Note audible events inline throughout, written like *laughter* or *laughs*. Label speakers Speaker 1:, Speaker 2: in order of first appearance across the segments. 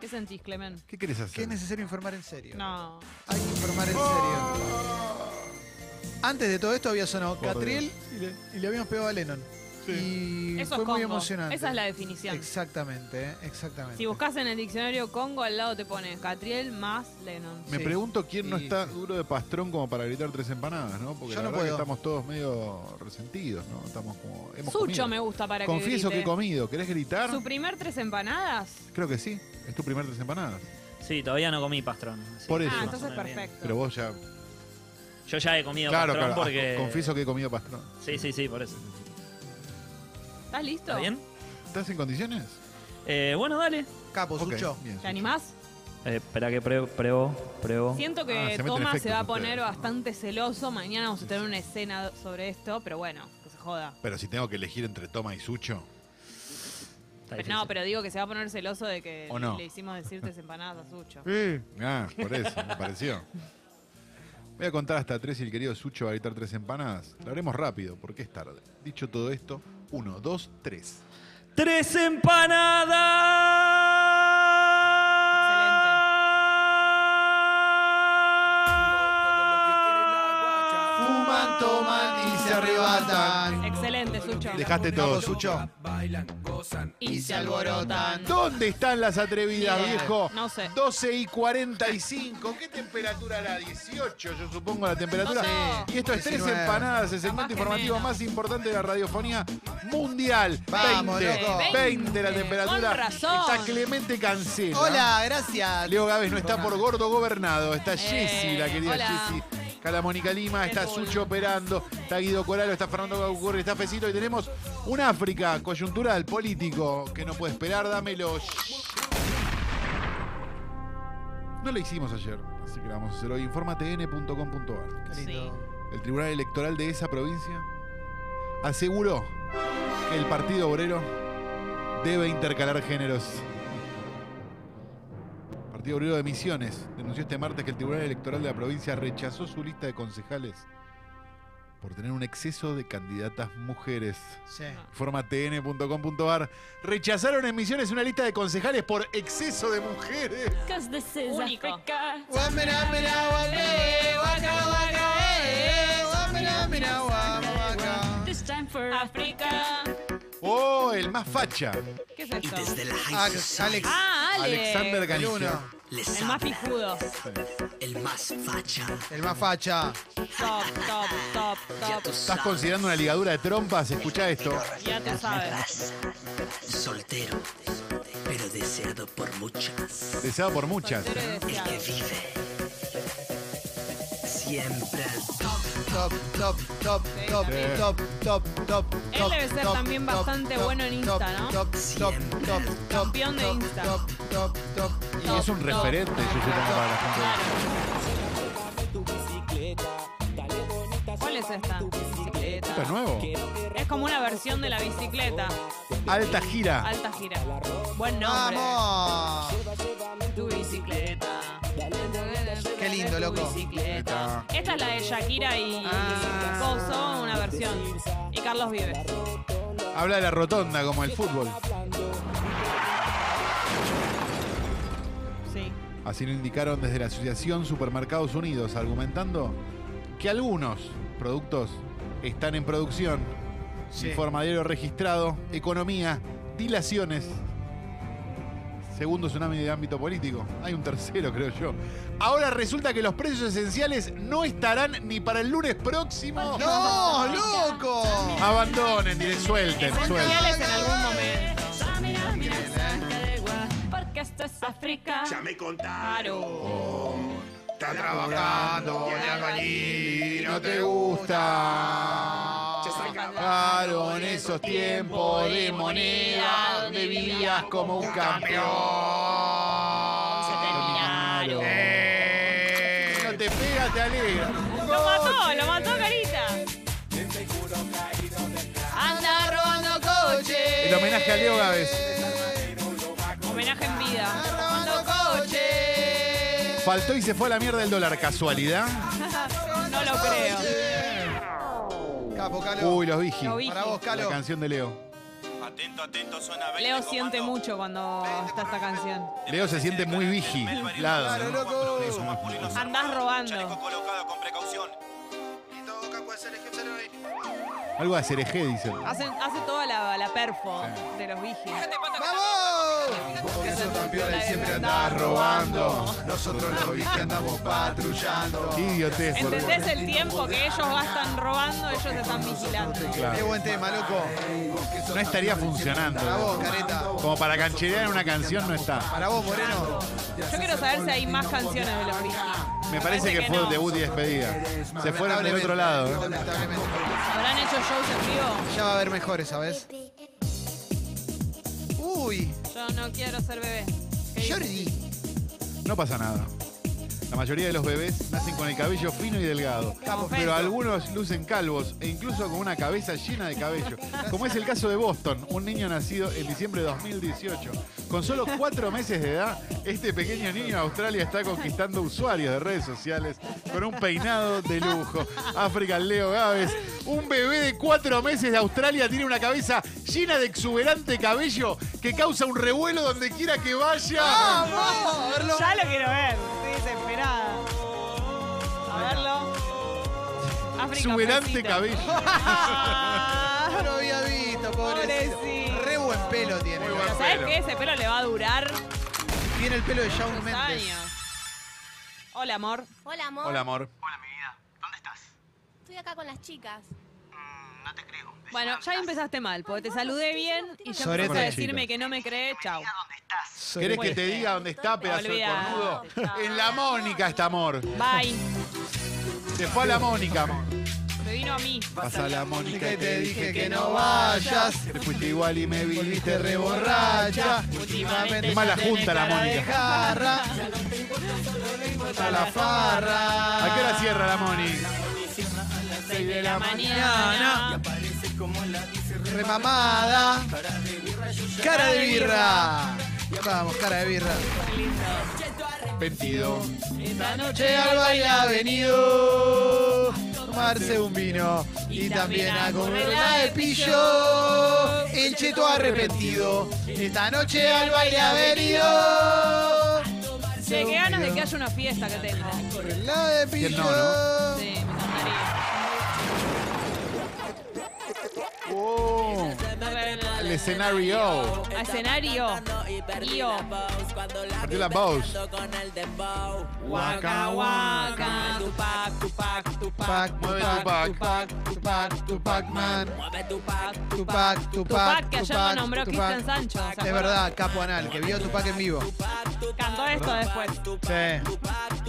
Speaker 1: ¿Qué sentís, Clemen?
Speaker 2: ¿Qué querés hacer?
Speaker 3: Que es necesario informar en serio.
Speaker 1: No.
Speaker 3: Hay que informar en serio. Antes de todo esto había sonado
Speaker 2: Por
Speaker 3: Catriel y le, y le habíamos pegado a Lennon. Y
Speaker 1: Eso
Speaker 3: fue
Speaker 1: es
Speaker 3: muy
Speaker 1: Congo.
Speaker 3: emocionante.
Speaker 1: Esa es la definición.
Speaker 3: Exactamente, ¿eh? exactamente.
Speaker 1: Si buscas en el diccionario Congo, al lado te pone Catriel más Lennon.
Speaker 2: Me
Speaker 3: Sí.
Speaker 2: pregunto quién no
Speaker 3: Y-
Speaker 2: está duro de pastrón como para gritar tres empanadas, ¿no? Porque
Speaker 3: Yo
Speaker 2: la verdad
Speaker 3: no
Speaker 2: que
Speaker 3: puedo.
Speaker 2: estamos todos medio resentidos, ¿no? Estamos como. Hemos
Speaker 1: Sucho
Speaker 2: comido.
Speaker 1: me gusta para
Speaker 2: Confieso que,
Speaker 1: que
Speaker 2: he comido. ¿Querés gritar?
Speaker 1: ¿Su primer tres empanadas?
Speaker 2: Creo que sí. Es tu primer tres empanadas.
Speaker 4: Sí, todavía no comí pastrón. así
Speaker 2: Por
Speaker 4: que
Speaker 2: eso.
Speaker 1: Ah,
Speaker 4: más
Speaker 1: entonces
Speaker 4: o menos bien.
Speaker 1: perfecto.
Speaker 2: Pero vos ya.
Speaker 4: Yo ya he comido
Speaker 2: Claro,
Speaker 4: pastrón
Speaker 2: claro. ah,
Speaker 4: porque.
Speaker 2: Confieso que he comido pastrón.
Speaker 4: Sí, sí, sí, por eso.
Speaker 1: ¿Estás listo?
Speaker 4: ¿Está bien?
Speaker 2: ¿Estás en condiciones?
Speaker 4: Eh, bueno, dale.
Speaker 3: Capo,
Speaker 2: Ok,
Speaker 3: Pues, Sucho.
Speaker 2: bien,
Speaker 1: ¿Te
Speaker 2: Sucho.
Speaker 1: animás?
Speaker 4: Eh, espera que pruebo, pruebo, pruebo.
Speaker 1: Siento que
Speaker 2: Ah, se meten
Speaker 1: Toma se
Speaker 2: efectos
Speaker 1: va a
Speaker 2: ustedes,
Speaker 1: poner
Speaker 2: ¿no?
Speaker 1: bastante celoso. Mañana vamos a tener una escena sobre esto, pero bueno, que se joda.
Speaker 2: Pero si tengo que elegir entre Toma y Sucho.
Speaker 4: Está
Speaker 1: Pero
Speaker 4: difícil.
Speaker 1: no, pero digo que se va a poner celoso de que
Speaker 2: ¿O no?
Speaker 1: le hicimos decir tres empanadas a Sucho.
Speaker 2: *laughs* Ah, por eso, me pareció. Voy a contar hasta tres y el querido Sucho va a gritar tres empanadas. Lo haremos rápido, porque es tarde. Dicho todo esto, uno, dos, tres.
Speaker 4: ¡Tres empanadas!
Speaker 3: Fuman, toman y se arrebatan.
Speaker 1: Excelente, Sucho.
Speaker 2: Dejaste todo,
Speaker 3: Capo,
Speaker 2: Sucho.
Speaker 3: Sucho.
Speaker 1: Y se alborotan.
Speaker 2: ¿Dónde están las atrevidas,
Speaker 1: Bien,
Speaker 2: viejo?
Speaker 1: no sé.
Speaker 2: 12 y 45. ¿Qué temperatura era? 18, yo supongo, la temperatura.
Speaker 1: No sé.
Speaker 2: Y esto es tres
Speaker 3: 19.
Speaker 2: empanadas,
Speaker 1: Capaz
Speaker 2: el segmento
Speaker 1: que
Speaker 2: informativo
Speaker 1: menos.
Speaker 2: más importante de la radiofonía mundial.
Speaker 3: Vamos,
Speaker 2: 20,
Speaker 3: loco.
Speaker 2: 20 la
Speaker 1: Con
Speaker 2: temperatura.
Speaker 1: razón.
Speaker 2: Está Clemente Cancela.
Speaker 3: Hola, gracias.
Speaker 2: Leo Gávez no está por gordo gobernado, está Jessy, la querida
Speaker 1: hola.
Speaker 2: Jessy. Está la Mónica Lima,
Speaker 1: Qué
Speaker 2: está
Speaker 1: cool.
Speaker 2: Sucho operando, está Guido Coralo, está Fernando Gaucurri, está Fecito y tenemos un África coyuntural político que no puede esperar, dámelo. No lo hicimos ayer, así que la vamos a hacer hoy. e Informatn.com.ar.
Speaker 3: Qué lindo.
Speaker 2: El Tribunal Electoral de esa provincia aseguró que el Partido Obrero debe intercalar géneros. El Partido Obrero de Misiones denunció este martes que el Tribunal Electoral de la provincia rechazó su lista de concejales por tener un exceso de candidatas mujeres.
Speaker 3: Sí.
Speaker 1: Ah.
Speaker 2: Informatn.com.ar rechazaron en Misiones una lista de concejales por exceso de mujeres.
Speaker 1: Único.
Speaker 3: Guamena, mena, guamena, guaca, guaca, eh, eh. Guamena, mena, guamaca.
Speaker 1: Ah. África.
Speaker 2: Oh, el más facha,
Speaker 1: ¿Qué es esto?
Speaker 5: Desde la High
Speaker 3: Alex,
Speaker 5: Society,
Speaker 3: Alex,
Speaker 1: Ah, Ale.
Speaker 2: Alexander
Speaker 3: el
Speaker 2: Canigia.
Speaker 3: uno,
Speaker 5: les
Speaker 1: El más
Speaker 5: habla
Speaker 1: pijudo.
Speaker 5: el más facha.
Speaker 3: el más facha.
Speaker 1: Top, top, top,
Speaker 5: Ya tú
Speaker 1: top.
Speaker 2: ¿Estás
Speaker 5: sabes,
Speaker 2: considerando una ligadura de trompas? Escucha esto.
Speaker 1: Ya te sabes.
Speaker 5: raza, soltero, pero deseado por muchas.
Speaker 2: Deseado por muchas.
Speaker 1: Soltero y
Speaker 5: El que
Speaker 1: deseado.
Speaker 5: vive siempre al top.
Speaker 3: Top, top, top, top,
Speaker 2: también.
Speaker 3: top, top, top,
Speaker 1: Él
Speaker 3: top,
Speaker 1: debe ser
Speaker 3: top,
Speaker 1: también
Speaker 3: top,
Speaker 1: bastante
Speaker 3: top,
Speaker 1: bueno en
Speaker 3: top,
Speaker 1: Insta, ¿no?
Speaker 3: Top, top,
Speaker 5: Siempre.
Speaker 3: top, top,
Speaker 1: Campeón de
Speaker 3: top,
Speaker 1: Insta.
Speaker 3: Top, top, top.
Speaker 2: Y es un
Speaker 1: No,
Speaker 2: referente,
Speaker 1: no.
Speaker 2: yo supongo, para la gente.
Speaker 1: ¿Cuál es esta?
Speaker 2: ¿Esto es nuevo?
Speaker 1: Es como una versión de la bicicleta.
Speaker 2: Alta gira.
Speaker 1: Alta gira. Buen nombre. *laughs*
Speaker 3: ¡Vamos!
Speaker 1: Tu bicicleta.
Speaker 3: Qué lindo, loco.
Speaker 1: Tu bicicleta. Esta es la de Shakira y
Speaker 3: Ah.
Speaker 1: Bozo, una versión. Y Carlos Vives.
Speaker 2: Habla de la rotonda como el fútbol.
Speaker 1: Sí.
Speaker 2: Así lo indicaron desde la Asociación Supermercados Unidos, argumentando que algunos productos están en producción.
Speaker 3: Sí.
Speaker 2: Informadero registrado, economía, dilaciones. Segundo tsunami de ámbito político. Hay un tercero, creo yo. Ahora resulta que los precios esenciales no estarán ni para el lunes próximo.
Speaker 3: ¡No, loco!
Speaker 2: Abandonen, diré, suelten, suelten.
Speaker 1: Esenciales en algún momento. Porque esto es África. Ya me contaron.
Speaker 2: Está trabajando de albañil y no te gusta. Se sacaron esos tiempos de moneda donde vivías como un campeón. Eh, No te pega, te alegra.
Speaker 1: Lo
Speaker 3: Eh.
Speaker 1: mató, lo mató Carita.
Speaker 3: Anda robando coche.
Speaker 2: El homenaje a Leo Gávez.
Speaker 1: Homenaje en vida.
Speaker 3: Robando coche.
Speaker 2: Faltó y se fue a la mierda el dólar. ¿Casualidad?
Speaker 1: No lo creo.
Speaker 3: Capo, Calo.
Speaker 2: Uy, los Vigi.
Speaker 1: Lo vi.
Speaker 3: Para vos,
Speaker 2: La
Speaker 3: Calo.
Speaker 2: canción de Leo.
Speaker 6: Atento, atento, zona 20.
Speaker 1: Leo siente
Speaker 6: comando.
Speaker 1: mucho cuando está esta canción.
Speaker 2: Leo se siente muy vigilado.
Speaker 6: Claro,
Speaker 3: loco.
Speaker 1: Andás robando.
Speaker 6: Chaleco colocado con precaución.
Speaker 2: Algo de cerejé, dicen.
Speaker 1: Hacen, hace toda la, la perfo de los vigis.
Speaker 3: ¡Vamos! Porque sos tan piola y siempre andás robando. Nosotros los viste andamos patrullando.
Speaker 2: Qué idiotez, por favor.
Speaker 1: ¿Entendés el tiempo que ellos gastan robando? Ellos están vigilando.
Speaker 3: Qué
Speaker 2: Claro.
Speaker 3: buen tema, loco.
Speaker 2: No estaría
Speaker 3: Para vos,
Speaker 2: funcionando.
Speaker 3: careta.
Speaker 2: Como para cancherear una canción no está.
Speaker 3: Para vos, Moreno.
Speaker 1: Yo quiero saber si hay más canciones de los vigis.
Speaker 2: Me parece que fue
Speaker 1: no.
Speaker 2: debut y despedida. Se fueron del otro lado. ¿eh?
Speaker 3: Lamentablemente.
Speaker 1: ¿Habrán hecho shows en vivo?
Speaker 3: Ya va a haber mejores, ¿sabes? Uy,
Speaker 1: Yo no quiero ser bebé.
Speaker 3: Jordi.
Speaker 2: No pasa nada. La mayoría de los bebés nacen con el cabello fino y delgado.
Speaker 1: Capo.
Speaker 2: Pero algunos lucen calvos e incluso con una cabeza llena de cabello. Como es el caso de Boston, un niño nacido en diciembre de 2018. Con solo cuatro meses de edad, este pequeño niño de Australia está conquistando usuarios de redes sociales con un peinado de lujo. África Leo Gávez. Un bebé de cuatro meses de Australia tiene una cabeza llena de exuberante cabello que causa un revuelo donde quiera que vaya.
Speaker 3: ¡Vamos! A verlo.
Speaker 1: Ya lo quiero ver. Estoy desesperada. A verlo. África,
Speaker 2: Exuberante
Speaker 1: fresita.
Speaker 2: cabello.
Speaker 3: No
Speaker 1: Ah.
Speaker 3: lo había visto, pobrecito.
Speaker 1: Pobrecito.
Speaker 3: Re buen pelo tiene.
Speaker 2: Muy buen
Speaker 1: *laughs* ¿Sabes
Speaker 2: pelo.
Speaker 1: qué? Ese pelo le va a durar muchos
Speaker 3: Tiene el pelo de Shawn Mendes.
Speaker 1: años. Hola, amor.
Speaker 7: Hola, amor.
Speaker 2: Hola, amor.
Speaker 8: Hola, mi vida. ¿Dónde estás?
Speaker 7: Estoy acá con las chicas.
Speaker 8: Mm, no te creo. Decime
Speaker 1: Bueno,
Speaker 8: dónde
Speaker 1: ya
Speaker 8: estás.
Speaker 1: empezaste mal, porque te saludé bien y ya
Speaker 3: Sorete.
Speaker 1: empezaste a decirme que no me crees. Chau.
Speaker 8: Mira dónde estás.
Speaker 2: ¿Querés que
Speaker 1: Puede
Speaker 2: te
Speaker 1: ser.
Speaker 2: diga dónde está, pedazo de
Speaker 1: Olvidate.
Speaker 2: cornudo? En la Mónica está amor.
Speaker 1: Bye.
Speaker 2: Se fue a la Mónica, amor.
Speaker 1: Me vino a mí.
Speaker 2: Vas a la
Speaker 3: Así
Speaker 2: Mónica
Speaker 3: que
Speaker 2: y
Speaker 3: te dije que no vayas.
Speaker 2: Te fuiste igual y me viniste
Speaker 3: Volviste re
Speaker 2: reborracha.
Speaker 3: borracha.
Speaker 1: Últimamente
Speaker 2: Es mala
Speaker 1: ya tenés
Speaker 2: junta
Speaker 1: cara
Speaker 2: la
Speaker 1: de
Speaker 2: Mónica.
Speaker 3: Jarra. A la farra.
Speaker 2: ¿A qué hora cierra la Moni?
Speaker 1: seis de la
Speaker 3: mañana.
Speaker 1: mañana.
Speaker 3: Remamada. Cara de birra. Vamos, cara de birra.
Speaker 2: Mentido.
Speaker 1: Esta
Speaker 3: Che,
Speaker 1: noche
Speaker 3: al baile ha venido a tomarse un vino y también a comerla de pillo. El cheto arrepentido. Esta noche al baile ha venido.
Speaker 1: Che, qué ganas de que haya una fiesta que tengo.
Speaker 3: Comerla de
Speaker 2: ¿Quién
Speaker 3: pillo.
Speaker 2: no, no?
Speaker 1: Sí, me encantaría.
Speaker 2: Oh, el escenario.
Speaker 1: A escenario. Io.
Speaker 2: Partió la voz.
Speaker 1: Waka waka. Tupac, tupac, tupac.
Speaker 2: Mueve tu pack.
Speaker 3: Tupac, Tupac, Tupac, man. Tupac, Tupac,
Speaker 1: Tupac, que ayer lo nombró
Speaker 3: Tupac.
Speaker 1: Cristian Sancho. ¿se
Speaker 3: Es
Speaker 1: acuerdan?
Speaker 3: verdad, Capo Anal, que vio Tupac en vivo.
Speaker 1: Cantó esto después.
Speaker 3: Sí.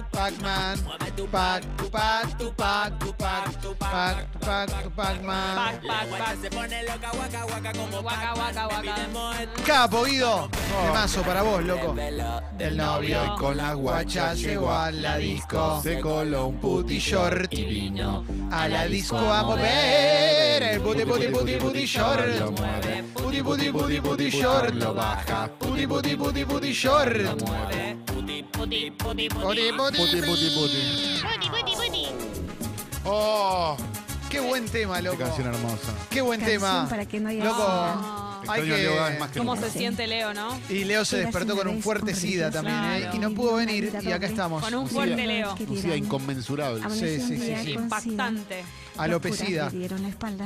Speaker 3: Tupac man, Tupac, Tupac, Tupac, Tupac, Tupac, Tupac, Tupac man.
Speaker 1: Pac, pac, pac. Se pone loca, waka, waka, como waka, waka, waka.
Speaker 3: Capo Guido, temazo para vos, loco. El Oh. novio
Speaker 1: novio.
Speaker 3: y con la guacha llegó a la disco.
Speaker 2: Se coló un
Speaker 3: Puti
Speaker 2: putillo.
Speaker 3: short y vino a la disco a mover. El puti puti puti puti short lo mueve. Puti puti puti puti short lo baja. Puti puti puti puti short. Puti
Speaker 2: Puti, puti,
Speaker 3: puti
Speaker 2: puti.
Speaker 7: Booty, booty, booty.
Speaker 2: Oh,
Speaker 3: Qué buen tema,
Speaker 2: qué
Speaker 3: loco.
Speaker 2: canción hermosa.
Speaker 3: Qué buen tema. Loco.
Speaker 1: Ah,
Speaker 3: Hay
Speaker 2: Extraño a Leo Gávez más
Speaker 3: que...
Speaker 2: que
Speaker 1: ¿Cómo
Speaker 2: nunca.
Speaker 1: se siente Leo, no?
Speaker 3: Y Leo se despertó con un fuerte sida también, ¿eh? Y no pudo venir y acá estamos.
Speaker 1: Con un
Speaker 2: Sí.
Speaker 1: fuerte Leo.
Speaker 2: Lucía inconmensurable.
Speaker 3: Sí, sí, sí, sí.
Speaker 1: Impactante.
Speaker 3: Alopecida.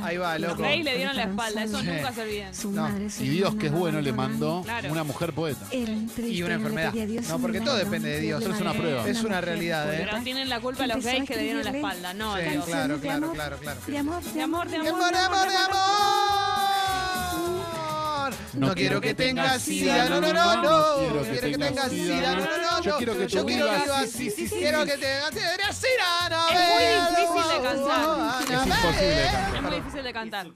Speaker 3: Ahí va,
Speaker 1: Los
Speaker 3: loco.
Speaker 1: gays le dieron la espalda, eso
Speaker 3: Sí.
Speaker 1: nunca se olviden.
Speaker 3: No.
Speaker 2: Y Dios, que es bueno, le mandó
Speaker 1: Claro.
Speaker 2: una mujer poeta.
Speaker 3: Y una enfermedad. No, porque todo depende de Dios.
Speaker 2: Eso es una prueba.
Speaker 3: Es una realidad, ¿eh?
Speaker 1: Pero tienen la culpa los gays que le dieron la espalda, no a
Speaker 3: Sí,
Speaker 1: Dios.
Speaker 3: claro, claro, claro, claro.
Speaker 1: De amor, de
Speaker 3: ¡Mi
Speaker 1: amor.
Speaker 3: amor,
Speaker 1: de
Speaker 3: amor,
Speaker 1: amor,
Speaker 3: mi
Speaker 1: de amor.
Speaker 3: amor! No quiero que tengas sida, no, no, no, no. No quiero que tengas sida, no, no, no.
Speaker 2: Yo quiero que
Speaker 3: Yo
Speaker 2: tú
Speaker 3: quiero que
Speaker 2: vivas.
Speaker 3: vivas.
Speaker 2: Sí, sí, sí,
Speaker 3: Quiero
Speaker 2: sí.
Speaker 3: que tengas sida, no.
Speaker 1: Es muy
Speaker 3: veas lo
Speaker 1: difícil de
Speaker 3: guau,
Speaker 1: cantar.
Speaker 3: guau,
Speaker 2: Es
Speaker 3: no
Speaker 2: imposible de
Speaker 3: veas.
Speaker 1: Es muy
Speaker 2: cantar.
Speaker 1: difícil de cantar.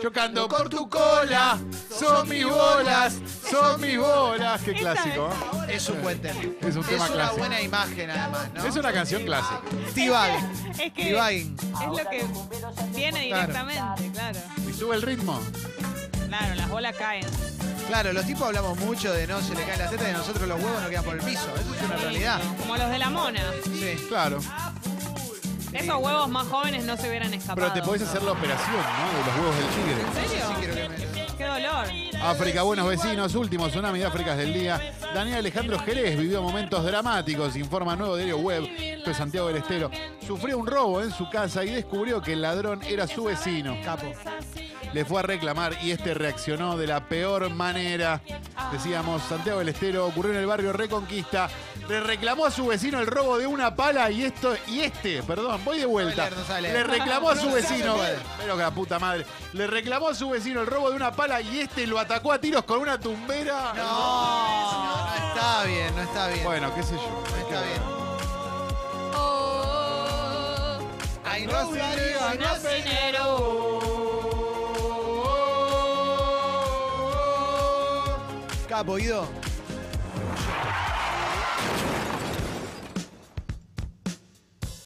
Speaker 2: Chocando por tu cola, son mis bolas, son mis bolas. Qué
Speaker 1: Esta
Speaker 2: clásico, ¿eh?
Speaker 3: Es un buen tema.
Speaker 2: Es un tema
Speaker 3: Es una
Speaker 2: clásico.
Speaker 3: buena imagen, además, ¿no?
Speaker 2: Es una canción clásica.
Speaker 3: Tibag.
Speaker 1: Es que es
Speaker 3: Tibag.
Speaker 1: lo que viene directamente, claro.
Speaker 2: Y sube el ritmo.
Speaker 1: Claro, las bolas caen.
Speaker 3: Claro, los tipos hablamos mucho de no se le cae la teta y nosotros los huevos nos quedan por el piso. Eso es una realidad.
Speaker 1: Como los de la mona.
Speaker 3: Sí.
Speaker 2: Claro.
Speaker 1: Esos huevos más jóvenes no se hubieran escapado.
Speaker 2: Pero te podés hacer la operación, ¿no? De los huevos del tigre.
Speaker 1: ¿En serio?
Speaker 3: Sí, quiero que me-
Speaker 9: Qué dolor.
Speaker 2: África, buenos vecinos, último tsunami de África del día. Daniel Alejandro Jerez vivió momentos dramáticos, informa Nuevo Diario Web, esto es Santiago del Estero. Sufrió un robo en su casa y descubrió que el ladrón era su vecino.
Speaker 3: Capo.
Speaker 2: Le fue a reclamar y este reaccionó de la peor manera. Decíamos, Santiago del Estero ocurrió en el barrio Reconquista. Le reclamó a su vecino el robo de una pala y esto y este, perdón, voy de vuelta.
Speaker 3: leer, no sabe leer.
Speaker 2: Le reclamó a su
Speaker 3: *laughs* No sabe
Speaker 2: vecino,
Speaker 3: leer.
Speaker 2: pero que la puta madre. Le reclamó a su vecino el robo de una pala y este lo atacó a tiros con una tumbera.
Speaker 3: No, no está bien, no está bien.
Speaker 2: Bueno, qué sé yo.
Speaker 3: no está bien.
Speaker 9: Oh,
Speaker 3: Ay, Rosario, ay, Rosario. Capo, Guido.